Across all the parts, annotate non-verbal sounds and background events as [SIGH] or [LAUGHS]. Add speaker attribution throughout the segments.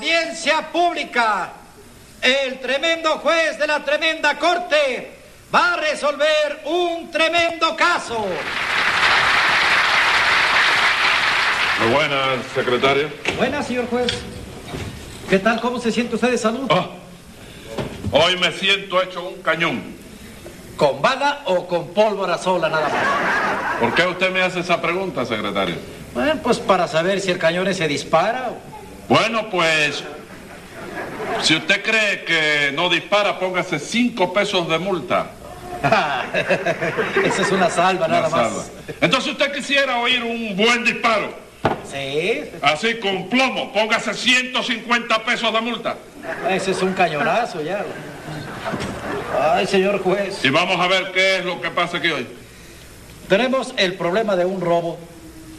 Speaker 1: seguridad pública. El tremendo juez de la tremenda corte va a resolver un tremendo caso.
Speaker 2: Muy buenas, secretaria.
Speaker 1: Buenas, señor juez. ¿Qué tal? ¿Cómo se siente usted de salud?
Speaker 2: Ah, hoy me siento hecho un cañón.
Speaker 1: ¿Con bala o con pólvora sola nada más?
Speaker 2: ¿Por qué usted me hace esa pregunta, secretario?
Speaker 1: Bueno, pues para saber si el cañón se dispara. o- [LAUGHS]
Speaker 2: Bueno, pues, si usted cree que no dispara, póngase cinco pesos de multa.
Speaker 1: Esa es una salva
Speaker 2: Una
Speaker 1: nada más.
Speaker 2: salva. Entonces usted quisiera oír un buen disparo,
Speaker 1: Sí,
Speaker 2: así con plomo, póngase 150 pesos de multa.
Speaker 1: ese es un cañonazo ya. Ay, señor juez.
Speaker 2: Y vamos a ver qué es lo que pasa aquí hoy.
Speaker 1: Tenemos el problema de un robo.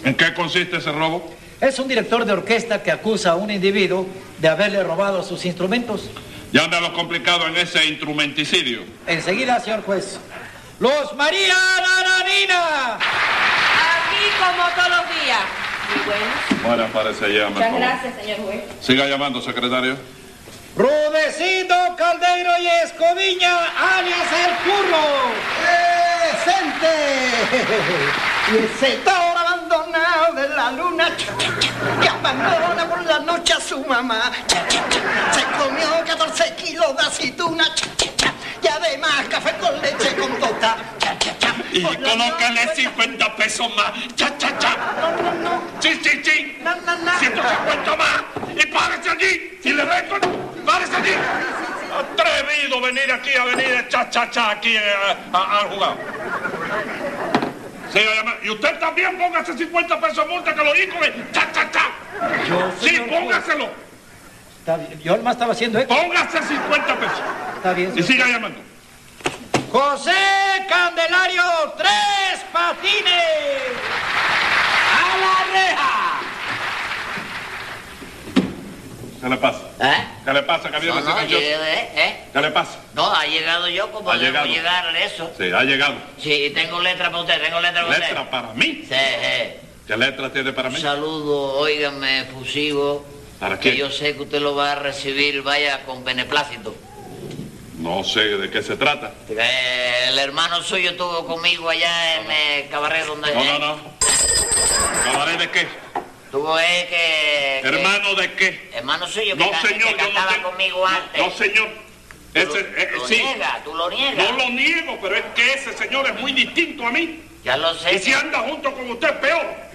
Speaker 2: ¿En qué consiste ese robo?
Speaker 1: Es un director de orquesta que acusa a un individuo de haberle robado sus instrumentos.
Speaker 2: Ya anda lo complicado en ese instrumenticidio.
Speaker 1: Enseguida, señor juez. Los María Nananina.
Speaker 3: Aquí como todos los días. Y bueno,
Speaker 2: Bueno, parece ya, por
Speaker 3: muchas
Speaker 2: favor.
Speaker 3: gracias, señor juez.
Speaker 2: Siga llamando, secretario.
Speaker 1: Rudecindo Caldeiro y Escoviña, alias El Curro.
Speaker 4: presente. Y el sector abandonado de la luna que abandona por la noche a su mamá. Se comió 14 kilos de aceituna y además café con leche con tota.
Speaker 2: Y
Speaker 4: Por la
Speaker 2: colócale
Speaker 4: noche-
Speaker 2: 50 pesos más. Cha, cha, cha.
Speaker 4: No, no, no.
Speaker 2: Sí, sí, sí.
Speaker 4: No, no, no.
Speaker 2: 150 más. Y párese allí. Si le ven con- Párese allí. Atrevido venir aquí a venir a cha, cha, cha aquí eh, a, a- a jugar. Siga llamando. Y usted también póngase 50 pesos multa que lo income. Cha, cha, cha.
Speaker 1: Yo,
Speaker 2: Sí,
Speaker 1: señor juez.
Speaker 2: póngaselo.
Speaker 1: Está bien, Yo nomás estaba haciendo eco.
Speaker 2: Póngase 50 pesos.
Speaker 1: Está bien,
Speaker 2: Y
Speaker 1: señor.
Speaker 2: siga llamando.
Speaker 1: José Candelario, tres patines. A la reja.
Speaker 2: ¿Qué le pasa?
Speaker 5: ¿Eh?
Speaker 2: ¿Qué le pasa, Gabriel?
Speaker 5: No, no, yo- eh, eh.
Speaker 2: ¿Qué le pasa?
Speaker 5: No, ha llegado yo como
Speaker 2: Ha
Speaker 5: debo
Speaker 2: llegado.
Speaker 5: llegar a eso.
Speaker 2: Sí, ha llegado.
Speaker 5: Sí, tengo letra para usted, tengo letra para usted.
Speaker 2: Letra para mí.
Speaker 5: Sí, eh.
Speaker 2: ¿Qué letra tiene para
Speaker 5: Un
Speaker 2: mí?
Speaker 5: saludo, óigame, fusivo.
Speaker 2: ¿Para
Speaker 5: Que
Speaker 2: quién?
Speaker 5: yo sé que usted lo va a recibir, vaya, con beneplácito.
Speaker 2: No sé de qué se trata.
Speaker 5: Eh, el hermano suyo estuvo conmigo allá en el cabaret donde...
Speaker 2: No, no, no. ¿Cabaret de qué?
Speaker 5: Tuvo eh, que... que-
Speaker 2: ¿Hermano de qué?
Speaker 5: Hermano suyo que,
Speaker 2: No,
Speaker 5: ca-
Speaker 2: señor, yo
Speaker 5: que
Speaker 2: no
Speaker 5: cantaba
Speaker 2: sé.
Speaker 5: conmigo antes.
Speaker 2: No, señor.
Speaker 5: Tú
Speaker 2: Ese,
Speaker 5: lo,
Speaker 2: eh,
Speaker 5: lo
Speaker 2: sí.
Speaker 5: niegas, tú lo niegas.
Speaker 2: No lo niego, pero es que ese señor es muy distinto a mí.
Speaker 5: Ya lo sé.
Speaker 2: Y si anda junto con usted, peor.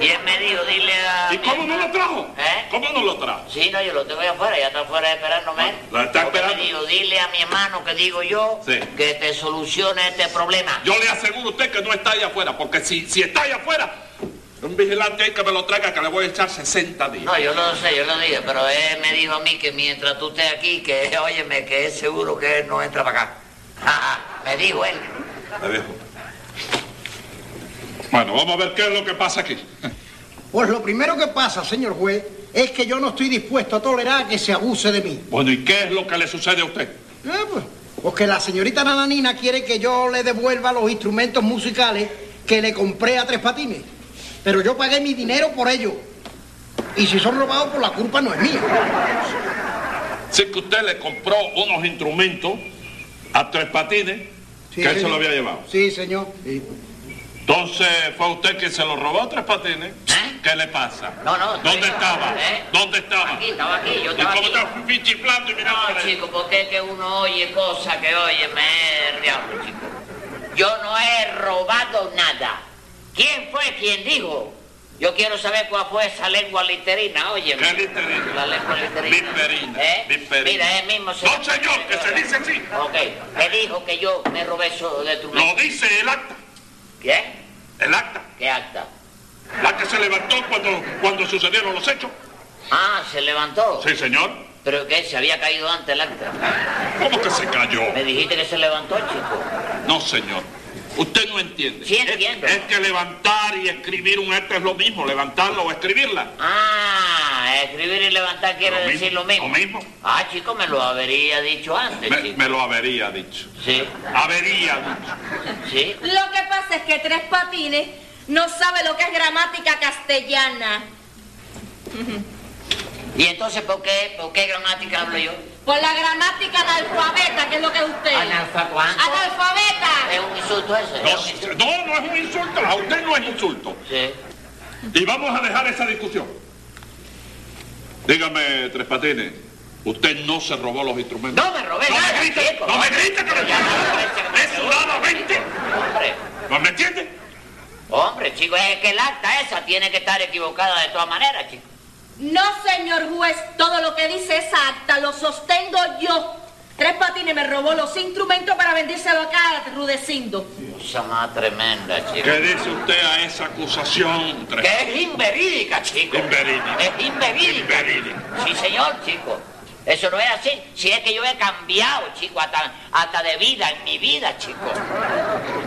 Speaker 5: Y él me dijo, dile a...
Speaker 2: ¿Y cómo no lo trajo?
Speaker 5: Ah, ¿Eh?
Speaker 2: ¿Cómo no lo trajo?
Speaker 5: Sí, no, yo lo tengo ahí afuera, ya está afuera esperándome.
Speaker 2: Ah, la está
Speaker 5: Porque
Speaker 2: esperando.
Speaker 5: me dijo, dile a mi hermano que digo yo
Speaker 2: Sí.
Speaker 5: que te solucione este problema.
Speaker 2: Yo le aseguro a usted que no está allá afuera, porque si, si está allá afuera, un vigilante ahí que me lo traiga, que le voy a echar 60 días.
Speaker 5: No, yo lo sé, yo lo dije, pero él me dijo a mí que mientras tú estés aquí, que [LAUGHS] óyeme, que es seguro que él no entra para acá. [LAUGHS] Ajá, me dijo él.
Speaker 2: Te dejo. Bueno, vamos a ver qué es lo que pasa aquí.
Speaker 4: Pues lo primero que pasa, señor juez, es que yo no estoy dispuesto a tolerar que se abuse de mí.
Speaker 2: Bueno, ¿y qué es lo que le sucede a usted?
Speaker 4: Ah, pues, porque la señorita Nananina quiere que yo le devuelva los instrumentos musicales que le compré a Tres Patines. Pero yo pagué mi dinero por ello. Y si son robados por la culpa no es mía.
Speaker 2: Sí que usted le compró unos instrumentos a tres patines
Speaker 4: Sí,
Speaker 2: que él se
Speaker 4: señor.
Speaker 2: lo había llevado.
Speaker 4: Sí, señor. Sí.
Speaker 2: Entonces, ¿fue usted quien se lo robó a tres patines?
Speaker 5: ¿Eh?
Speaker 2: ¿Qué le pasa?
Speaker 5: No, no, estoy-
Speaker 2: ¿Dónde estaba?
Speaker 5: ¿Eh?
Speaker 2: ¿Dónde estaba?
Speaker 5: Aquí, estaba aquí, yo
Speaker 2: ¿Y
Speaker 5: estaba
Speaker 2: cómo
Speaker 5: aquí.
Speaker 2: estaba? Fui chiflando y mirando
Speaker 5: No,
Speaker 2: para él.
Speaker 5: chico, porque es que uno oye cosas que oye, me el diablo, chico. Yo no he robado nada. ¿Quién fue quien dijo? Yo quiero saber cuál fue esa lengua literina, oye.
Speaker 2: ¿Qué literina?
Speaker 5: La lengua literina.
Speaker 2: Viperina,
Speaker 5: ¿Eh?
Speaker 2: viperina.
Speaker 5: Mira, él mismo
Speaker 2: No, señor, que se dice así.
Speaker 5: Ok, me dijo que yo me robé eso de tu
Speaker 2: Lo dice el acta,
Speaker 5: ¿Qué?
Speaker 2: el acta,
Speaker 5: ¿Qué acta?
Speaker 2: la que se levantó cuando, cuando sucedieron los hechos.
Speaker 5: Ah, se levantó.
Speaker 2: Sí, señor.
Speaker 5: ¿Pero qué? ¿Se había caído antes el acta?
Speaker 2: ¿Cómo que se cayó?
Speaker 5: Me dijiste que se levantó, chico.
Speaker 2: No, señor. Usted no entiende.
Speaker 5: Sí,
Speaker 2: Es-
Speaker 5: entiendo.
Speaker 2: Es, que levantar y escribir un acta es lo mismo, levantarla o escribirla.
Speaker 5: Ah, escribir y levantar quiere
Speaker 2: Lo
Speaker 5: decir
Speaker 2: mismo,
Speaker 5: lo mismo.
Speaker 2: lo mismo.
Speaker 5: Ah, chico, me lo habría dicho antes,
Speaker 2: Me,
Speaker 5: chico.
Speaker 2: me lo habería dicho.
Speaker 5: Sí,
Speaker 2: Habería dicho.
Speaker 5: sí.
Speaker 3: Lo que pasa es que Tres Patines no sabe lo que es gramática castellana.
Speaker 5: ¿Y entonces por qué, por qué gramática hablo yo?
Speaker 3: Por la gramática analfabeta, que es lo que es usted.
Speaker 5: ¿Analfa cuánto?
Speaker 3: Analfabeta.
Speaker 5: ¿Es un insulto eso?
Speaker 2: No,
Speaker 5: ¿Es un insulto?
Speaker 2: no, no es un insulto. A usted no es insulto.
Speaker 5: Sí.
Speaker 2: Y vamos a dejar esa discusión. Dígame, Tres Patines, ¿usted no se robó los instrumentos?
Speaker 5: No me robé
Speaker 2: ¡No
Speaker 5: nada,
Speaker 2: me grite!
Speaker 5: chico.
Speaker 2: ¡No me grite que le
Speaker 5: Ya, no,
Speaker 2: ¡Es sudado 20!
Speaker 5: Hombre,
Speaker 2: ¿No me entiende?
Speaker 5: hombre, chico, es que el acta esa tiene que estar equivocada de todas maneras, chico.
Speaker 3: No, señor juez, todo lo que dice esa acta lo sostengo yo. Tres Patines me robó los instrumentos para vendírselo acá a Rudecindo.
Speaker 5: Cosa más tremenda, chico.
Speaker 2: ¿Qué dice usted a esa acusación, Tres
Speaker 5: Que es inverídica, chico.
Speaker 2: Inverídica.
Speaker 5: Es inverídica.
Speaker 2: Inverídica.
Speaker 5: Sí, señor, chico. Eso no es así. Si es que yo he cambiado, chico, hasta, hasta de vida en mi vida, chico.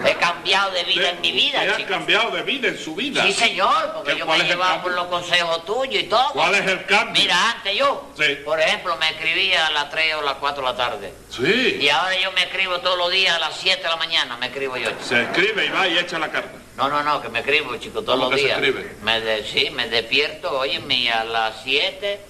Speaker 5: He cambiado de vida en mi
Speaker 2: Usted
Speaker 5: vida,
Speaker 2: ha
Speaker 5: chico.
Speaker 2: cambiado de vida en su vida.
Speaker 5: Sí, señor, porque
Speaker 2: ¿Qué-
Speaker 5: yo me
Speaker 2: cuál
Speaker 5: he
Speaker 2: es el
Speaker 5: llevado
Speaker 2: cambio?
Speaker 5: por los consejos tuyos y todo.
Speaker 2: ¿Cuál es el cambio?
Speaker 5: Mira, antes yo,
Speaker 2: Sí.
Speaker 5: por ejemplo, me escribía a las 3 o las 4 de la tarde. Y
Speaker 2: Sí.
Speaker 5: ahora yo me escribo todos los días a las 7 de la mañana, me escribo yo.
Speaker 2: Se escribe y va y echa la carta.
Speaker 5: No, no, no, que me escribo, chico, todos
Speaker 2: ¿Cómo
Speaker 5: los
Speaker 2: que se
Speaker 5: días.
Speaker 2: escribe?
Speaker 5: Me de- sí, me despierto, oye, mi, a las 7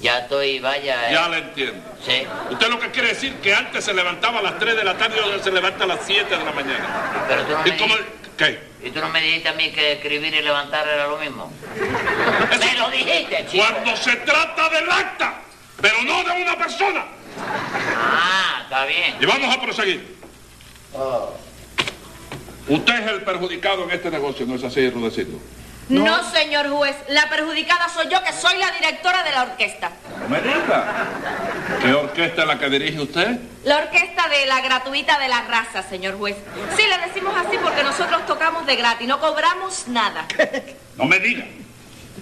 Speaker 5: ya estoy, vaya. eh,
Speaker 2: Ya la entiendo.
Speaker 5: Sí.
Speaker 2: Usted lo que quiere decir que antes se levantaba a las 3 de la tarde y ahora se levanta a las 7 de la mañana.
Speaker 5: Pero tú no,
Speaker 2: ¿Y
Speaker 5: me
Speaker 2: cómo?
Speaker 5: dijiste,
Speaker 2: ¿Qué?
Speaker 5: y tú no me dijiste a mí que escribir y levantar era lo
Speaker 2: [LAUGHS]
Speaker 5: mismo. me lo dijiste, chico.
Speaker 2: Cuando se trata del acta, pero no de una persona.
Speaker 5: Ah, está bien.
Speaker 2: Y vamos a proseguir. Ah.
Speaker 5: Oh.
Speaker 2: Usted es el perjudicado en este negocio, ¿no es así, Rudecindo?
Speaker 3: No. señor juez, la perjudicada soy yo, que soy la directora de la orquesta.
Speaker 2: No me diga. ¿Qué orquesta es la que dirige usted?
Speaker 3: La orquesta de la gratuita de la raza, señor juez. Sí, le decimos así porque nosotros tocamos de gratis, no cobramos nada.
Speaker 2: No me diga.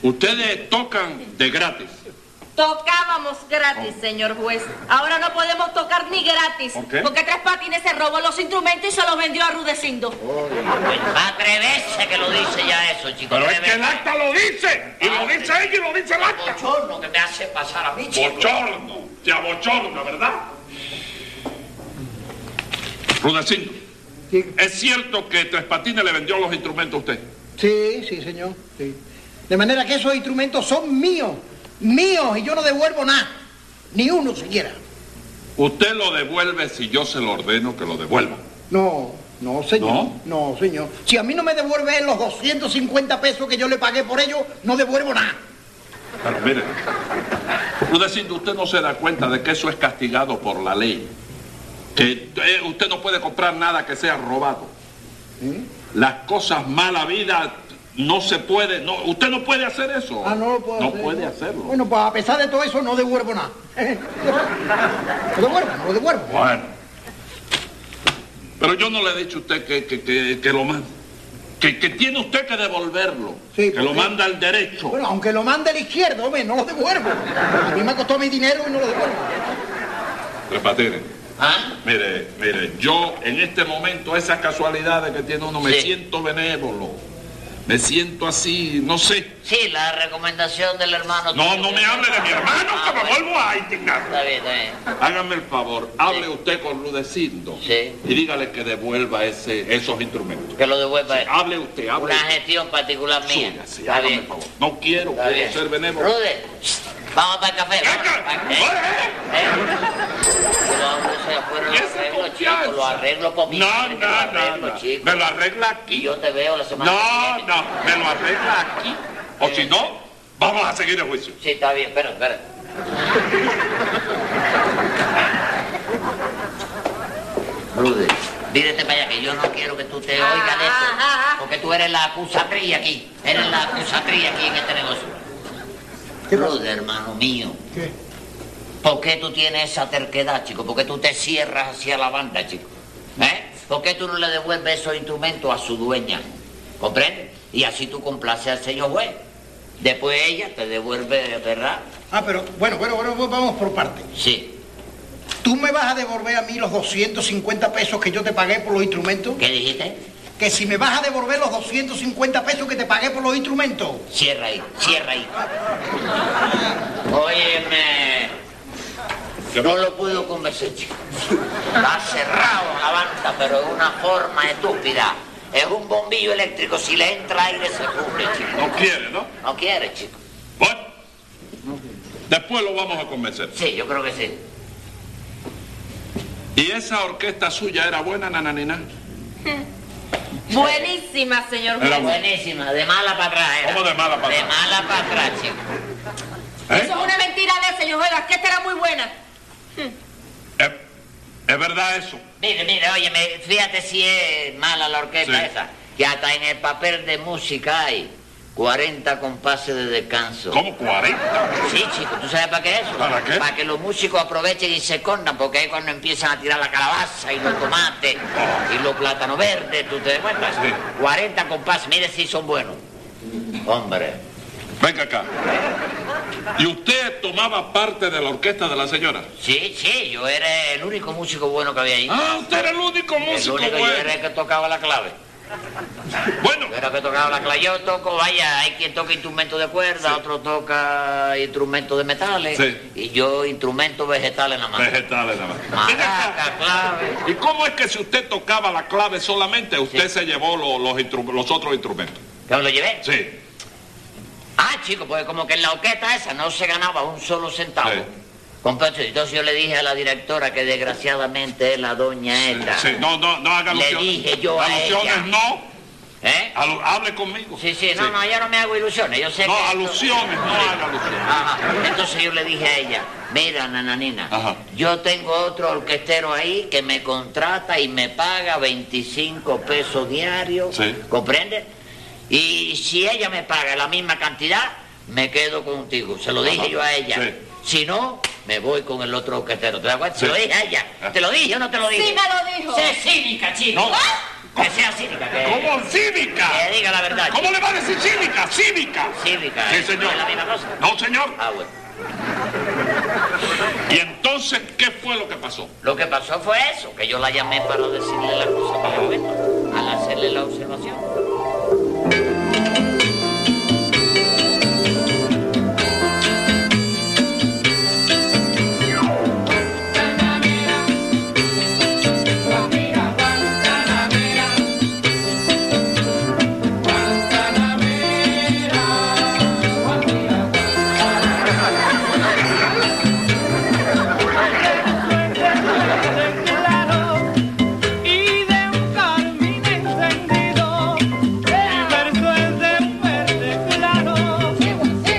Speaker 2: Ustedes tocan de gratis.
Speaker 3: Tocábamos gratis, señor juez. Ahora no podemos tocar ni gratis.
Speaker 2: ¿Por qué?
Speaker 3: Porque Tres Patines se robó los instrumentos y se los vendió a Rudecindo.
Speaker 5: Pues va tres veces que lo dice ya eso, chico.
Speaker 2: Pero
Speaker 5: tres
Speaker 2: es que el
Speaker 5: veces.
Speaker 2: acta lo dice. Y lo dice ella y lo dice el acta.
Speaker 5: bochorno que me hace pasar a mí, chico.
Speaker 2: Bochorno. Te abochorna, ¿verdad? Rudecindo,
Speaker 4: Sí,
Speaker 2: ¿es cierto que Tres Patines le vendió los instrumentos a usted?
Speaker 4: sí, sí, señor. sí. De manera que esos instrumentos son míos, míos, y yo no devuelvo nada, ni uno siquiera.
Speaker 2: Usted lo devuelve si yo se lo ordeno que lo devuelva.
Speaker 4: No, no, señor.
Speaker 2: ¿No?
Speaker 4: No, señor. Si a mí no me devuelve los 250 pesos que yo le pagué por ellos, no devuelvo nada.
Speaker 2: Pero mire, Rudecindo, usted no se da cuenta de que eso es castigado por la ley. Que eh, usted no puede comprar nada que sea robado.
Speaker 4: ¿Mm?
Speaker 2: Las cosas mala vida no se puede, no, usted no puede hacer eso.
Speaker 4: Ah, no lo puedo
Speaker 2: No
Speaker 4: hacer.
Speaker 2: puede hacerlo.
Speaker 4: Bueno, pues a pesar de todo eso, no devuelvo nada. [LAUGHS] No devuelvo, no devuelvo.
Speaker 2: Bueno. Pero yo no le he dicho a usted que, que- que- que lo manda. Que, que tiene usted que devolverlo.
Speaker 4: Sí,
Speaker 2: que lo
Speaker 4: porque-
Speaker 2: manda al derecho.
Speaker 4: Bueno, aunque lo mande el izquierdo, hombre, no lo devuelvo. A mí me costó mi dinero y no lo devuelvo.
Speaker 2: Tres Patines,
Speaker 5: ¿Ah?
Speaker 2: Mire, mire, yo en este momento, esas casualidades que tiene uno, me
Speaker 5: Sí.
Speaker 2: siento benévolo. Me siento así, no sé.
Speaker 5: Sí, la recomendación del hermano.
Speaker 2: No,
Speaker 5: tuyo.
Speaker 2: no me hable de mi hermano,
Speaker 5: Ah,
Speaker 2: que me
Speaker 5: bueno.
Speaker 2: vuelvo a indignar.
Speaker 5: Está bien, está bien.
Speaker 2: Hágame el favor, hable
Speaker 5: Sí.
Speaker 2: usted con Rudecindo
Speaker 5: Sí.
Speaker 2: y dígale que devuelva ese, esos instrumentos.
Speaker 5: Que lo devuelva. él.
Speaker 2: Hable usted, hable
Speaker 5: Una gestión particular mía.
Speaker 2: suya, ah, sí,
Speaker 5: está
Speaker 2: hágame
Speaker 5: bien.
Speaker 2: el favor. No quiero
Speaker 5: Está bien.
Speaker 2: ser benévolo.
Speaker 5: Rude, vamos para el café. vamos para el café. ¿Eh? No, no sea
Speaker 2: Y
Speaker 5: fuera, lo
Speaker 2: esa
Speaker 5: arreglo,
Speaker 2: confianza.
Speaker 5: chico, lo arreglo con mi
Speaker 2: No,
Speaker 5: madre,
Speaker 2: no,
Speaker 5: lo
Speaker 2: no,
Speaker 5: arreglo,
Speaker 2: no.
Speaker 5: chico.
Speaker 2: Me lo arregla aquí.
Speaker 5: Y yo te veo la semana
Speaker 2: No,
Speaker 5: que viene.
Speaker 2: no, me lo arregla aquí. O si no, vamos a seguir el juicio.
Speaker 5: Sí, está bien, espera, espera. Rude, dígete para allá que yo no quiero que tú te
Speaker 3: Ajá,
Speaker 5: oigas de esto.
Speaker 3: ajá.
Speaker 5: Porque tú eres la acusatriz aquí. Eres la acusatriz aquí en este negocio.
Speaker 4: ¿Qué pasa?
Speaker 5: Rude, hermano mío.
Speaker 4: ¿Qué?
Speaker 5: ¿Por qué tú tienes esa terquedad, chico? ¿Por qué tú te cierras hacia la banda, chico? ¿Eh? ¿Por qué tú no le devuelves esos instrumentos a su dueña? ¿Comprendes? Y así tú complaces al señor juez. Después ella te devuelve, ¿verdad?
Speaker 4: Ah, pero bueno, bueno, bueno, pues vamos por parte.
Speaker 5: Sí.
Speaker 4: Tú me vas a devolver a mí los 250 pesos que yo te pagué por los instrumentos.
Speaker 5: ¿Qué dijiste?
Speaker 4: Que si me vas a devolver los 250 pesos que te pagué por los instrumentos.
Speaker 5: Cierra ahí, cierra ahí. Óyeme. No lo puedo convencer, chico. Está cerrado la banda, pero de una forma estúpida. Es un bombillo eléctrico. Si le entra aire, se cubre, chico.
Speaker 2: No quiere, ¿no?
Speaker 5: No quiere, chico.
Speaker 2: Bueno, Después lo vamos a convencer.
Speaker 5: Sí, yo creo que sí.
Speaker 2: ¿Y esa orquesta suya era buena, nananina?
Speaker 3: Buenísima, señor
Speaker 2: Era
Speaker 5: Era
Speaker 3: juez.
Speaker 5: buenísima, de mala para atrás era.
Speaker 2: ¿Cómo de mala para
Speaker 5: De
Speaker 2: atrás?
Speaker 5: mala para atrás, chico.
Speaker 2: ¿Eh?
Speaker 3: Eso es una mentira de señor juez. La orquesta era muy buena.
Speaker 2: ¿Es, es verdad eso?
Speaker 5: Mire, mire, oye, fíjate si es mala la orquesta
Speaker 2: Sí.
Speaker 5: esa. Que hasta en el papel de música hay 40 compases de descanso.
Speaker 2: ¿Cómo 40?
Speaker 5: Sí, chico, ¿tú sabes para qué es eso?
Speaker 2: ¿Para qué?
Speaker 5: Para que los músicos aprovechen y se escondan, porque ahí cuando empiezan a tirar la calabaza y
Speaker 2: Ah.
Speaker 5: los tomates y los plátanos verdes, ¿tú te das cuenta?
Speaker 2: Sí.
Speaker 5: 40 compases, mire si son buenos. Hombre,
Speaker 2: Venga acá. ¿Y usted tomaba parte de la orquesta de la señora?
Speaker 5: sí, sí, yo era el único músico bueno que había allí.
Speaker 2: Ah, usted era el único
Speaker 5: el
Speaker 2: músico
Speaker 5: único yo era
Speaker 2: bueno.
Speaker 5: el que tocaba la clave.
Speaker 2: Bueno,
Speaker 5: Yo era el que tocaba la clave. Yo toco, vaya, hay quien toca instrumentos de cuerda, otro toca instrumentos de metales.
Speaker 2: Sí.
Speaker 5: Y yo instrumentos vegetales nada más.
Speaker 2: vegetales nada
Speaker 5: Ah.
Speaker 2: más. Venga acá.
Speaker 5: Maraca, clave.
Speaker 2: ¿Y cómo es que si usted tocaba la clave solamente, usted
Speaker 5: Sí.
Speaker 2: se llevó lo- los, instru- los otros instrumentos?
Speaker 5: ¿Yo me lo llevé?
Speaker 2: Sí.
Speaker 5: Ah, chico, pues como que en la orquesta esa no se ganaba un solo centavo.
Speaker 2: Sí.
Speaker 5: Compacho, entonces yo le dije a la directora que desgraciadamente es la doña esta.
Speaker 2: Sí, No, no, no haga
Speaker 5: Le
Speaker 2: alusiones.
Speaker 5: dije yo a
Speaker 2: alusiones
Speaker 5: ella.
Speaker 2: no.
Speaker 5: ¿Eh?
Speaker 2: Alu- hable conmigo.
Speaker 5: Sí, sí, no, no, yo no me hago ilusiones, yo sé
Speaker 2: No,
Speaker 5: que... esto-
Speaker 2: alusiones, no haga alusiones.
Speaker 5: Ajá. Entonces yo le dije a ella, mira, nananina,
Speaker 2: Ajá.
Speaker 5: yo tengo otro orquestero ahí que me contrata y me paga 25 pesos diarios,
Speaker 2: Sí.
Speaker 5: ¿comprende? Y si ella me paga la misma cantidad, me quedo contigo. Se lo
Speaker 2: Ajá.
Speaker 5: dije yo a ella.
Speaker 2: Sí.
Speaker 5: Si no, me voy con el otro orquestero. ¿Te das cuenta? Se
Speaker 2: Sí. Ah.
Speaker 5: lo dije a ella. ¿Te lo dije o no te lo
Speaker 3: Sí
Speaker 5: dije?
Speaker 3: me lo dijo.
Speaker 5: Sé cínica, chico.
Speaker 2: No.
Speaker 5: Que sea cínica. Que,
Speaker 2: ¿Cómo cívica?
Speaker 5: que diga la verdad.
Speaker 2: ¿Cómo le va a decir cívica? ¡Cívica!
Speaker 5: Cívica,
Speaker 2: Sí,
Speaker 5: ¿eh?
Speaker 2: señor.
Speaker 5: ¿No es la misma cosa?
Speaker 2: No, señor.
Speaker 5: Ah, bueno.
Speaker 2: ¿Y entonces qué fue lo que pasó?
Speaker 5: Lo que pasó fue eso, que yo la llamé para decirle la cosa que había visto, al hacerle la observación.
Speaker 6: claro y de un carmín encendido, el verso es de un verde claro y de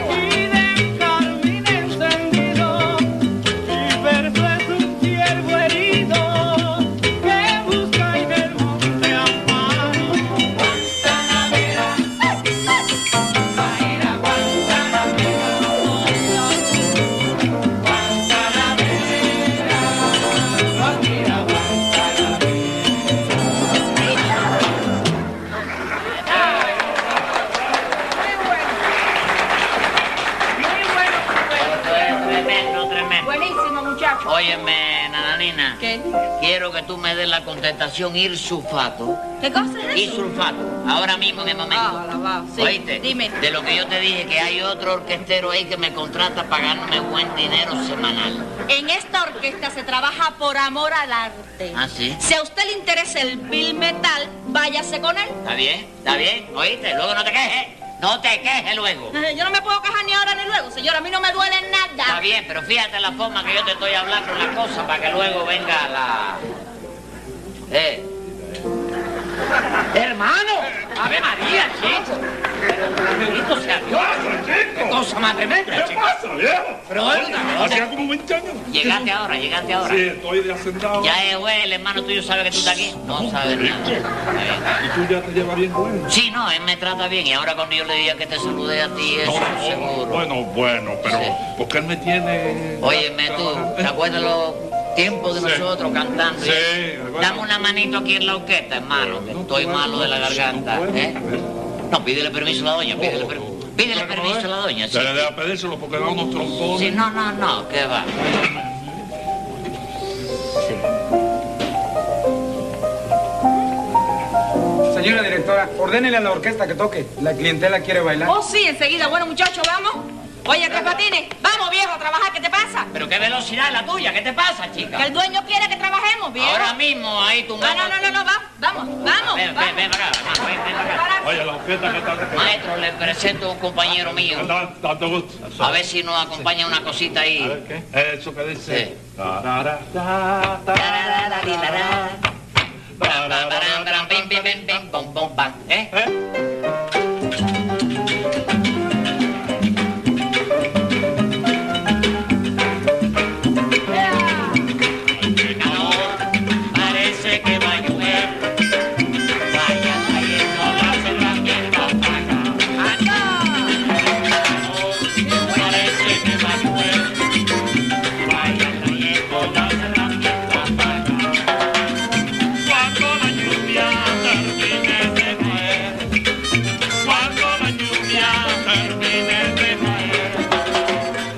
Speaker 6: un carmín encendido, el verso es un ciervo herido que busca en el monte amparo. Guantanamera, Guaira, Guantanamera, Guantanamera.
Speaker 5: Esto es tremendo, tremendo.
Speaker 3: Buenísimo, muchacho.
Speaker 5: Óyeme, nananina,
Speaker 3: ¿Qué?
Speaker 5: quiero que tú me des la contestación ir sulfato.
Speaker 3: ¿Qué cosa es
Speaker 5: Ir
Speaker 3: eso?
Speaker 5: sulfato, ahora mismo en el momento.
Speaker 3: Ah, alabado, sí.
Speaker 5: ¿Oíste?
Speaker 3: Dime.
Speaker 5: De lo que yo te dije, que hay otro orquestero ahí que me contrata pagándome buen dinero semanal.
Speaker 3: En esta orquesta se trabaja por amor al arte.
Speaker 5: ¿Ah, sí?
Speaker 3: Si a usted le interesa el bill metal, váyase con él.
Speaker 5: ¿Está bien? ¿Está bien? ¿Oíste? Luego no te quejes. ¿eh? No te quejes luego.
Speaker 3: Eh, Yo no me puedo quejar ni ahora ni luego, señora. A mí no me duele
Speaker 5: Está
Speaker 3: nada.
Speaker 5: bien, pero fíjate la forma que yo te estoy hablando la cosa para que luego venga la. ¡Eh! ¡Hermano! ¡Ave María, chico! Pero bendito sea Dios, ¡Qué
Speaker 2: Ah, chico?
Speaker 5: cosa más tremenda, chico!
Speaker 2: pasa, viejo?
Speaker 5: Pero, oiga,
Speaker 2: Hacía como 20 años.
Speaker 5: Llegaste ahora, llegaste ahora.
Speaker 2: Sí, estoy de hacendado.
Speaker 5: Ya es güey, el hermano tuyo sabe que tú estás aquí. No sabe nada. Está
Speaker 2: Y tú ya te llevas bien con él.
Speaker 5: bien. Sí, no, él me trata bien y ahora cuando yo le diga que te salude a ti,
Speaker 2: No,
Speaker 5: eso
Speaker 2: no,
Speaker 5: seguro.
Speaker 2: bueno, bueno, pero
Speaker 5: Sí.
Speaker 2: ¿por qué él me tiene?
Speaker 5: Óyeme tú, ¿te acuerdas los tiempos de
Speaker 2: Sí.
Speaker 5: nosotros cantando?
Speaker 2: Sí,
Speaker 5: ¿eh?
Speaker 2: bueno.
Speaker 5: Dame una manito aquí en la orquesta, hermano, que
Speaker 2: No
Speaker 5: estoy
Speaker 2: puedo,
Speaker 5: malo de la
Speaker 2: no
Speaker 5: garganta.
Speaker 2: puedo. Oh,
Speaker 5: ¿eh? No, pídele permiso a la doña, pídele, per- pídele
Speaker 2: Bueno,
Speaker 5: permiso a la doña. Sí.
Speaker 2: Se le debe pedírselo porque da unos trompones.
Speaker 5: Sí, no, no, no, que va.
Speaker 7: Señora directora, ordénele a la orquesta que toque. La clientela quiere bailar.
Speaker 3: Oh, sí, enseguida. Bueno, muchachos, vamos. Oye, Tres Patines, vamos, viejo, a trabajar. ¿Qué te pasa?
Speaker 5: Pero qué velocidad la tuya, ¿qué te pasa, chica?
Speaker 3: Que el dueño quiere que trabajemos, viejo. Ah,
Speaker 5: Ahora mismo ahí tu
Speaker 3: No, no, no, no, no, va- vamos, vamos.
Speaker 5: Ven,
Speaker 3: vamos.
Speaker 5: ven, ven para acá, ven, ven, ven para acá.
Speaker 3: Para-
Speaker 7: Oye, la fiesta que está
Speaker 5: Maestro, le presento a un compañero mío.
Speaker 7: No, tanto gusto.
Speaker 5: A ver si nos acompaña una cosita
Speaker 7: A
Speaker 5: ahí.
Speaker 7: ver, ¿qué? Eso que dice.
Speaker 5: Sí.
Speaker 7: Tarara, ta, ta,
Speaker 5: Tarara, tarara. Bram, bram, bram,
Speaker 7: tarara,
Speaker 5: bram, bim, bim, bim, bim, bom, bom, bam. ¿Eh?
Speaker 7: ¿Eh?
Speaker 5: Ahora parece que va a llover. Vaya cayendo la selva bien campana. Ahora parece que va a llover. Vaya cayendo la selva bien campana. Cuando la lluvia termine de caer, cuando la lluvia termine de caer,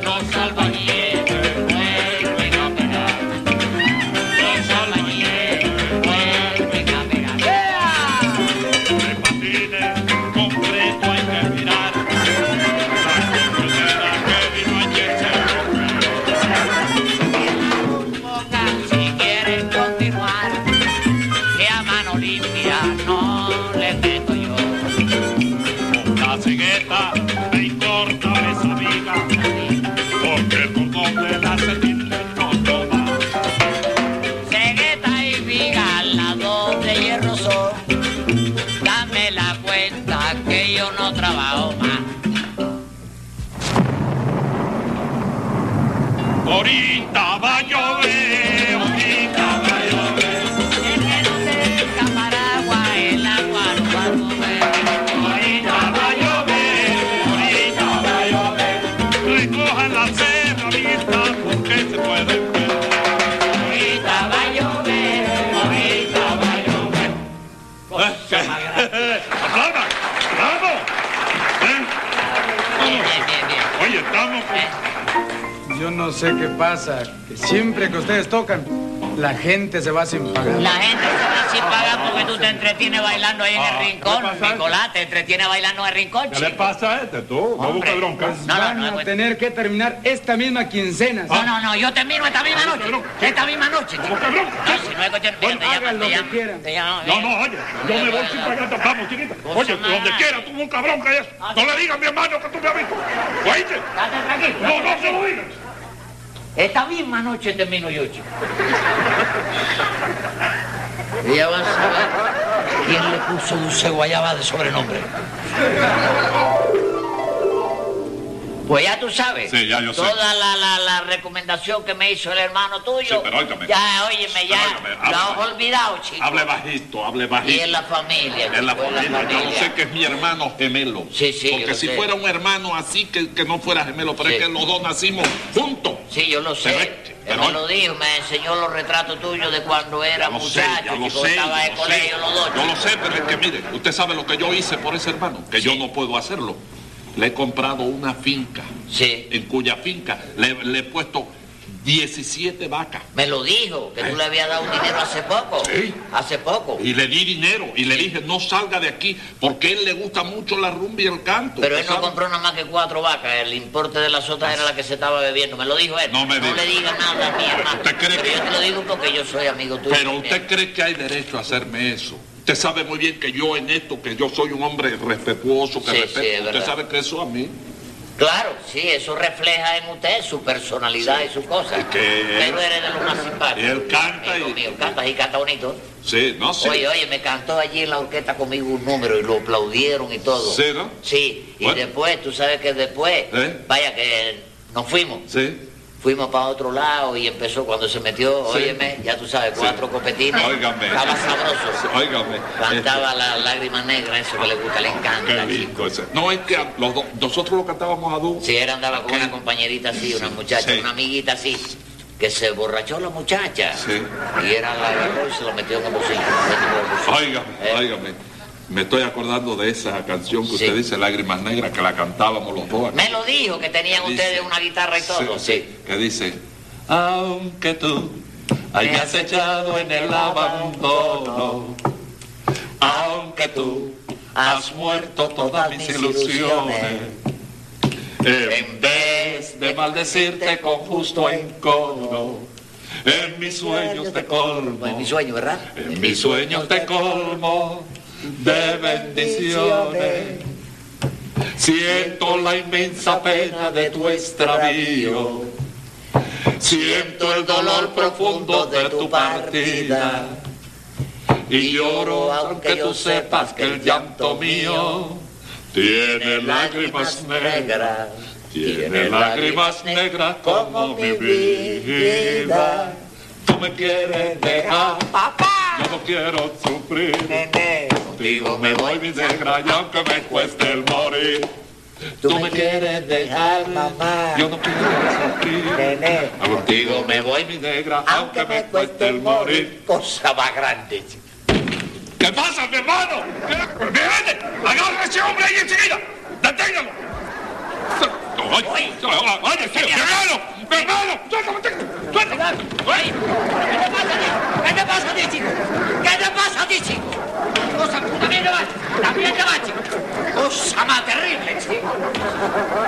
Speaker 5: los albañiles vuelven a operar. Los albañiles vuelven a operar.
Speaker 7: Tres patines, completo hay que mirar. La compañera que vino ayer se rompe.
Speaker 5: Si quieren continuar, que a mano limpia no le meto yo.
Speaker 7: Con la cegueta y corta esa viga, porque el cordón de la cegueta no toma.
Speaker 5: Cegueta y viga, las dos de hierro son. Dame la cuenta que yo no trabajo más.
Speaker 7: Ahorita va a llover, ahorita va a llover,
Speaker 5: El que no tenga paraguas, el agua no va a comer.
Speaker 7: ahorita va a llover, ahorita va a llover. Recojan la herramientas porque se pueden perder.
Speaker 5: Ahorita va a llover, ahorita va a llover. Cosa más
Speaker 7: [LAUGHS]
Speaker 5: grande.
Speaker 7: ¿Eh? ¡Aplaudan! ¡Bravo! ¿Eh?
Speaker 5: Bien, bien, bien, bien.
Speaker 7: Oye, estamos...
Speaker 8: Yo no sé qué pasa, que siempre que ustedes tocan, la gente se va sin pagar.
Speaker 5: La gente se va sin pagar porque tú te entretienes bailando ahí en el rincón, Nicolás, te entretienes bailando en el rincón,
Speaker 7: ¿Qué le
Speaker 5: chico.
Speaker 7: pasa a este, tú? No busca bronca.
Speaker 5: No, no,
Speaker 8: Van
Speaker 5: no,
Speaker 8: a
Speaker 5: bueno.
Speaker 8: tener que terminar esta misma quincena.
Speaker 5: No, no, no, yo termino esta misma noche. Esta misma noche, chico.
Speaker 7: cabrón?
Speaker 5: No, si no es cuestión...
Speaker 8: Bueno,
Speaker 5: te llamo,
Speaker 8: hagan lo
Speaker 5: te
Speaker 8: que
Speaker 5: llamo,
Speaker 8: quieran.
Speaker 5: te llamo, ¿eh?
Speaker 7: No, eh.
Speaker 5: bien.
Speaker 7: no, oye, yo me voy sin pagar, vamos, chiquita. Oye, tú donde quiera, tú un cabrón que es. No le digas a mi hermano que tú me has visto. ¿Oíste?
Speaker 5: Date tranquilo.
Speaker 7: No, no se lo digas.
Speaker 5: Esta misma noche termino yo, chico. Y [LAUGHS] ya vas a ver quién le puso dulce guayaba de sobrenombre. Pues ya tú sabes.
Speaker 2: Sí, ya yo sé.
Speaker 5: Toda la, la- la recomendación que me hizo el hermano
Speaker 2: Sí,
Speaker 5: tuyo.
Speaker 2: pero óigame.
Speaker 5: Ya, óyeme, ya.
Speaker 2: Pero óigame, hable
Speaker 5: lo has
Speaker 2: bajito.
Speaker 5: olvidado, chico.
Speaker 2: Hable bajito, hable
Speaker 5: Y en
Speaker 2: bajito.
Speaker 5: la familia.
Speaker 2: Es la
Speaker 5: chico, en
Speaker 2: familia, yo sé que es mi hermano gemelo.
Speaker 5: Sí, sí, yo
Speaker 2: Porque si
Speaker 5: sé.
Speaker 2: fuera un hermano así, que, que no fuera gemelo, pero
Speaker 5: Sí.
Speaker 2: es que los dos nacimos juntos.
Speaker 5: Sí, yo lo sé.
Speaker 2: Correcto,
Speaker 5: Él
Speaker 2: pero-
Speaker 5: me lo dijo, me enseñó los retratos tuyos de cuando
Speaker 2: Ya
Speaker 5: era
Speaker 2: lo sé,
Speaker 5: muchacho,
Speaker 2: ya lo
Speaker 5: chico,
Speaker 2: sé.
Speaker 5: estaba
Speaker 2: ya
Speaker 5: de
Speaker 2: lo sé.
Speaker 5: colegio los dos.
Speaker 2: Yo lo sé, pero es que mire, usted sabe lo que yo hice por ese hermano, que yo no puedo hacerlo. Le he comprado una finca,
Speaker 5: Sí,
Speaker 2: en cuya finca le, le he puesto 17 vacas.
Speaker 5: me lo dijo, que tú le habías dado dinero hace poco.
Speaker 2: Eh. Sí.
Speaker 5: Hace poco.
Speaker 2: Y le di dinero y le dije, no salga de aquí, porque a él le gusta mucho la rumba y el canto.
Speaker 5: Pero él no
Speaker 2: ¿sabe?
Speaker 5: compró nada más que cuatro vacas. El importe de las otras era la que se estaba bebiendo. Me lo dijo él.
Speaker 2: No me diga.
Speaker 5: le digas nada a mi hermano.
Speaker 2: ¿Usted cree
Speaker 5: Pero
Speaker 2: que-
Speaker 5: yo te lo digo porque yo soy amigo tuyo.
Speaker 2: Pero
Speaker 5: también.
Speaker 2: usted cree que hay derecho a hacerme eso. Usted sabe muy bien que yo en esto, que yo soy un hombre respetuoso, que
Speaker 5: Sí, sí,
Speaker 2: respeto.
Speaker 5: es
Speaker 2: usted
Speaker 5: verdad.
Speaker 2: sabe que eso a mí.
Speaker 5: Claro, sí, eso refleja en usted su personalidad y sus cosas.
Speaker 2: que-
Speaker 5: Pero eres de los más simpáticos.
Speaker 2: Él canta
Speaker 5: Amigo
Speaker 2: y-
Speaker 5: mío, canta y canta bonito.
Speaker 2: Sí, no sé.
Speaker 5: Oye, oye, me cantó allí en la orquesta conmigo un número y lo aplaudieron y todo.
Speaker 2: Sí, ¿no?
Speaker 5: Sí, y
Speaker 2: Bueno.
Speaker 5: después, tú sabes que después,
Speaker 2: ¿Eh?
Speaker 5: vaya que nos fuimos.
Speaker 2: Sí.
Speaker 5: Fuimos para otro lado y empezó cuando se metió,
Speaker 2: Sí.
Speaker 5: óyeme, ya tú sabes, cuatro copetines.
Speaker 2: Óigame.
Speaker 5: Estaba sabroso.
Speaker 2: Óigame.
Speaker 5: Cantaba la lágrima negra, eso que le gusta, le
Speaker 2: Qué
Speaker 5: encanta.
Speaker 2: lindo ese. No, es que a- los dos- nosotros lo cantábamos a dúo.
Speaker 5: Sí, él andaba con
Speaker 2: Aquel-
Speaker 5: una compañerita así, una muchacha,
Speaker 2: Sí.
Speaker 5: una amiguita así, que se borrachó la muchacha.
Speaker 2: Sí.
Speaker 5: Y era la agarró y se la metió en el bolsillo. se metió en el bolsillo.
Speaker 2: Óigame,
Speaker 5: Eh,
Speaker 2: óigame. Me estoy acordando de esa canción que
Speaker 5: Sí.
Speaker 2: usted dice, Lágrimas Negras, que la cantábamos los dos.
Speaker 5: Me lo dijo que tenían
Speaker 2: Dice-
Speaker 5: ustedes una guitarra y
Speaker 2: Sí,
Speaker 5: todo.
Speaker 2: sí, Que dice, aunque tú hayas echado en el abandono, Ah, aunque tú has muerto todas mis ilusiones, En vez de maldecirte con justo encono, en mis sueños te colmo.
Speaker 5: Pues mi sueño, ¿verdad?
Speaker 2: En mis sueños te colmo de bendiciones. Siento la inmensa pena de tu extravío. Siento el dolor profundo de tu partida. Y lloro aunque tú sepas que el llanto mío tiene lágrimas negras. Tiene lágrimas negras como mi vida. Tú me quieres dejar,
Speaker 5: ¡Papá!
Speaker 2: yo no quiero sufrir. Contigo me voy mi negra y aunque me cueste el morir. Tú me quieres dejar, mamá. Yo no quiero sufrir. Contigo me voy mi negra, aunque me cueste el morir.
Speaker 5: Cosa más grande.
Speaker 2: ¿Qué pasa, mi hermano? ¡Mirate! ¡Agarra a ese hombre ahí enseguida! ¡Deténgalo! ¡Oye! ¡Oye, oye, sí, mi hermano! ¡Mi hermano! ¡Suéltame! ¡Suéltame! ¡Oye!
Speaker 5: ¿Qué te pasa a ti? ¿Qué te pasa a ti, chico? ¿Qué te pasa a ti, chico? Cosa, también te vas, también te vas, chico. Cosa más terrible, chico.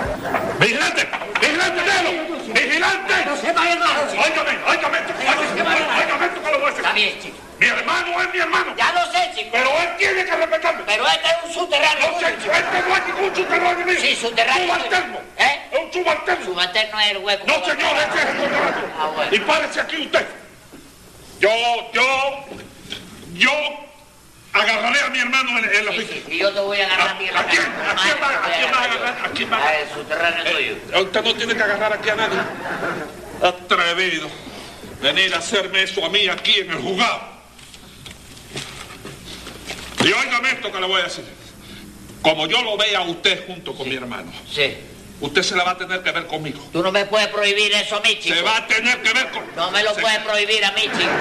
Speaker 2: ¡Vigilante! ¡Vigilante, Nelo! ¡Vigilante!
Speaker 5: No se va a ir nada, chico.
Speaker 2: Óigame, óigame, tú, óigame, óigame, tú que lo voy a
Speaker 5: Está
Speaker 2: hacer.
Speaker 5: bien, chico.
Speaker 2: Mi hermano es mi hermano,
Speaker 5: Ya lo sé, chico.
Speaker 2: pero él tiene que respetarme.
Speaker 5: Pero este es un subterráneo.
Speaker 2: No sé, este no es ningún subterráneo mío.
Speaker 5: Sí, subterráneo.
Speaker 2: Subalterno.
Speaker 5: ¿Eh?
Speaker 2: Es un subalterno.
Speaker 5: Subalterno es el hueco.
Speaker 2: No, señor, este es el contrato.
Speaker 5: Ah, bueno.
Speaker 2: Y párese aquí usted. Yo, yo, yo agarraré a mi hermano en, en la
Speaker 5: Sí,
Speaker 2: oficina.
Speaker 5: sí, sí, yo te voy a agarrar a ti en la
Speaker 2: ¿A quién?
Speaker 5: cara.
Speaker 2: ¿A quién va- a quién va a agarrar? ¿A quién va a agarrar?
Speaker 5: Ah, El subterráneo tuyo.
Speaker 2: Eh, usted no tiene que agarrar aquí a nadie. Atrevido. Venir a hacerme eso a mí aquí en el juzgado. Y óigame esto que le voy a decir. Como yo lo vea a usted junto con mi hermano,
Speaker 5: Sí.
Speaker 2: usted se la va a tener que ver conmigo.
Speaker 5: Tú no me puedes prohibir eso a mí, chico.
Speaker 2: Se va a tener que ver con...
Speaker 5: No me lo
Speaker 2: Se-
Speaker 5: puedes prohibir a mí, chico.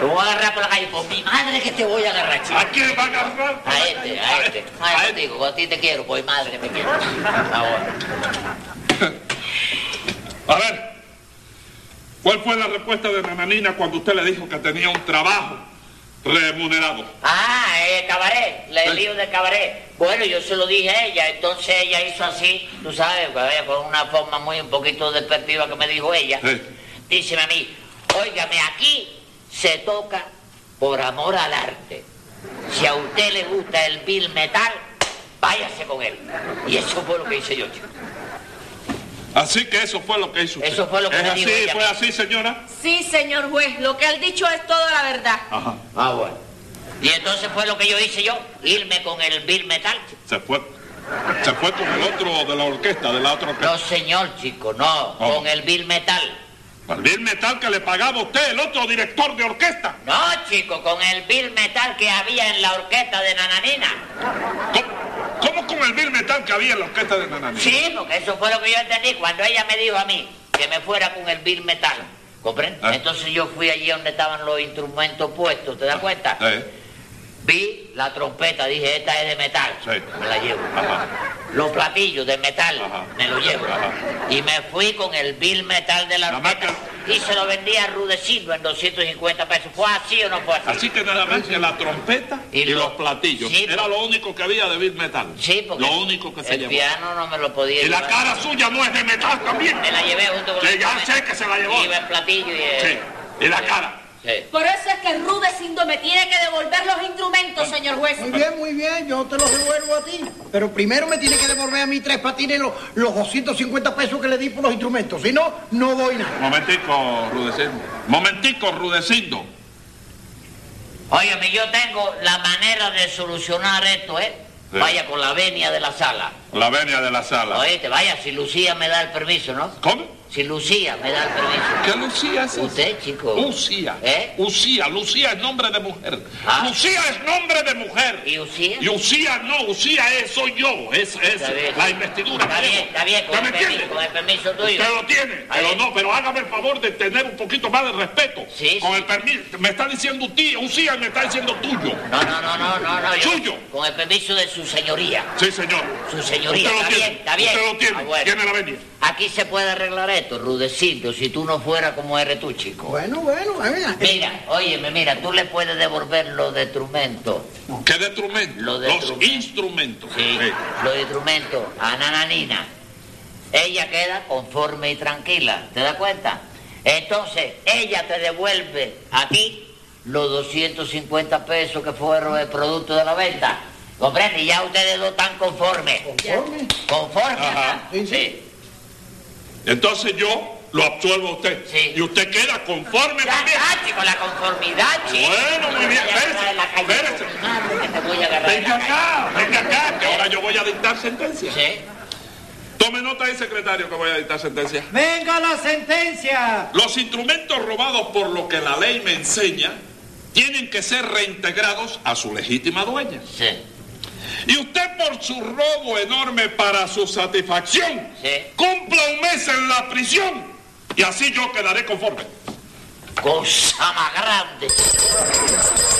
Speaker 5: Te voy a agarrar por la calle. Por mi madre que te voy a agarrar, chico.
Speaker 2: ¿A quién va a agarrar?
Speaker 5: A este, a este.
Speaker 2: A
Speaker 5: A
Speaker 2: este.
Speaker 5: este, digo, a ti te quiero, por mi madre que me quiero. Ahora.
Speaker 2: A ver, ¿cuál fue la respuesta de Nananina cuando usted le dijo que tenía un trabajo remunerado?
Speaker 5: Ah, el cabaret, la- el lío del cabaret. Bueno, yo se lo dije a ella, entonces ella hizo así, tú sabes, eh, con una forma muy un poquito despectiva que me dijo ella.
Speaker 2: Sí.
Speaker 5: Díceme a mí, óigame, aquí se toca por amor al arte. Si a usted le gusta el bill metal, váyase con él. Y eso fue lo que hice yo, chico.
Speaker 2: Así que eso fue lo que hizo usted.
Speaker 5: Eso fue lo que
Speaker 2: ¿Es
Speaker 5: me
Speaker 2: así,
Speaker 5: dijo ella.
Speaker 2: fue así, señora?
Speaker 3: Sí, señor juez, lo que él dicho es toda la verdad.
Speaker 2: Ajá.
Speaker 5: Ah, bueno. Y entonces fue lo que yo hice yo, irme con el bill metal, chico.
Speaker 2: Se fue. Se fue con el otro de la orquesta, de la otra orquesta.
Speaker 5: No, señor, chico, no,
Speaker 2: ¿Cómo?
Speaker 5: con el bill metal.
Speaker 2: Al vil metal que le pagaba usted, el otro director de orquesta.
Speaker 5: No, chico, con el vil metal que había en la orquesta de Nananina.
Speaker 2: ¿Cómo, cómo con el vil metal que había en la orquesta de Nananina?
Speaker 5: Sí, porque eso fue lo que yo entendí cuando ella me dijo a mí que me fuera con el vil metal. ¿Comprende?
Speaker 2: Ah.
Speaker 5: Entonces yo fui allí donde estaban los instrumentos puestos, ¿te das cuenta?
Speaker 2: Eh,
Speaker 5: Vi la trompeta, dije, esta es de metal.
Speaker 2: Sí.
Speaker 5: Me la llevo.
Speaker 2: Ajá.
Speaker 5: Los platillos de metal,
Speaker 2: Ajá.
Speaker 5: me los llevo.
Speaker 2: Ajá.
Speaker 5: Y me fui con el vil metal de la
Speaker 2: Nada más
Speaker 5: orquesta. Y se lo vendí a Rudecindo en 250 pesos. ¿Fue así o no fue así?
Speaker 2: Así que nada más que la trompeta y,
Speaker 5: Y lo-
Speaker 2: los platillos.
Speaker 5: sí,
Speaker 2: Era
Speaker 5: porque-
Speaker 2: lo único que había de vil metal.
Speaker 5: Sí, porque
Speaker 2: Lo único que se
Speaker 5: el
Speaker 2: llevó.
Speaker 5: piano no me lo podía
Speaker 2: Y la
Speaker 5: llevar.
Speaker 2: cara suya no es de metal también.
Speaker 5: Me la llevé junto con
Speaker 2: Sí,
Speaker 5: el
Speaker 2: ya
Speaker 5: instrumento.
Speaker 2: sé que se la llevó.
Speaker 5: Iba el platillo y
Speaker 2: Sí.
Speaker 5: el...
Speaker 2: Y la cara.
Speaker 5: Sí.
Speaker 3: Por eso es que Rudecindo me tiene que devolver los instrumentos, señor juez.
Speaker 1: Muy bien, muy bien, yo te los devuelvo a ti. Pero primero me tiene que devolver a mí tres patines los, los 250 pesos que le di por los instrumentos. Si no, no doy nada.
Speaker 2: Momentico, Rudecindo. Momentico, Rudecindo.
Speaker 5: Óyeme, yo tengo la manera de solucionar esto, ¿eh?
Speaker 2: Sí.
Speaker 5: Vaya con la venia de la sala.
Speaker 2: La venia de la sala.
Speaker 5: Oíste, vaya, si Lucía me da el permiso, ¿no?
Speaker 2: ¿Cómo?
Speaker 5: Si Lucía me da el permiso.
Speaker 2: ¿Qué Lucía es esa?
Speaker 5: Usted, chico.
Speaker 2: Lucía.
Speaker 5: ¿Eh?
Speaker 2: Lucía. Lucía es nombre de mujer.
Speaker 5: Ah.
Speaker 2: Lucía es nombre de mujer.
Speaker 5: ¿Y Lucía?
Speaker 2: Y Usía no, Usía es, soy yo, es, es
Speaker 5: Está bien.
Speaker 2: la investidura.
Speaker 5: Está
Speaker 2: que
Speaker 5: bien,
Speaker 2: llevo.
Speaker 5: está bien, con
Speaker 2: ¿Ya me
Speaker 5: el,
Speaker 2: entiende?
Speaker 5: permiso, con el permiso tuyo.
Speaker 2: Usted lo tiene,
Speaker 5: Está
Speaker 2: pero
Speaker 5: bien.
Speaker 2: no, pero hágame el favor de tener un poquito más de respeto.
Speaker 5: Sí,
Speaker 2: Con
Speaker 5: sí.
Speaker 2: el permiso, me está diciendo usía, Usía me está diciendo tuyo.
Speaker 5: No, no, no, no, no, no. yo-
Speaker 2: Suyo.
Speaker 5: Con el permiso de su señoría.
Speaker 2: Sí, señor.
Speaker 5: Su señoría,
Speaker 2: usted lo
Speaker 5: está
Speaker 2: tiene,
Speaker 5: bien, está bien.
Speaker 2: Usted lo tiene,
Speaker 5: Ah, bueno.
Speaker 2: tiene la venia.
Speaker 5: Aquí se puede arreglar esto, Rudecindo, si tú no fueras como eres tú, chico.
Speaker 1: Bueno, bueno, venga.
Speaker 5: Mira, óyeme, mira, tú le puedes devolver los instrumentos,
Speaker 2: ¿Qué de instrumento?
Speaker 5: Lo de
Speaker 2: Los Eh,
Speaker 5: instrumento.
Speaker 2: instrumentos.
Speaker 5: sí,
Speaker 2: Sí.
Speaker 5: los instrumentos a Nananina ella queda conforme y tranquila, ¿te das cuenta? Entonces, ella te devuelve aquí los 250 pesos que fueron el producto de la venta. ¿Comprende? Y ya ustedes dos están conformes.
Speaker 4: ¿Conforme?
Speaker 5: Conforme.
Speaker 2: Ajá.
Speaker 5: Sí,
Speaker 2: Entonces yo lo absuelvo a usted.
Speaker 5: Sí.
Speaker 2: Y usted queda conforme
Speaker 5: Ya
Speaker 2: también.
Speaker 5: está, chico, la conformidad, chico.
Speaker 2: Bueno, muy
Speaker 5: Te voy
Speaker 2: bien,
Speaker 5: a agarrar
Speaker 2: espérese,
Speaker 5: de la calle,
Speaker 2: espérese.
Speaker 5: tu madre, que te voy a agarrar de
Speaker 2: Venga
Speaker 5: la calle.
Speaker 2: acá, venga acá, que ahora yo voy a dictar sentencia.
Speaker 5: Sí.
Speaker 2: Tome nota ahí, secretario, que voy a dictar sentencia.
Speaker 1: Venga la sentencia.
Speaker 2: Los instrumentos robados por lo que la ley me enseña tienen que ser reintegrados a su legítima dueña.
Speaker 5: Sí.
Speaker 2: Y usted por su robo enorme para su satisfacción,
Speaker 5: Sí.
Speaker 2: cumpla un mes en la prisión y así yo quedaré conforme.
Speaker 5: Cosa más grande.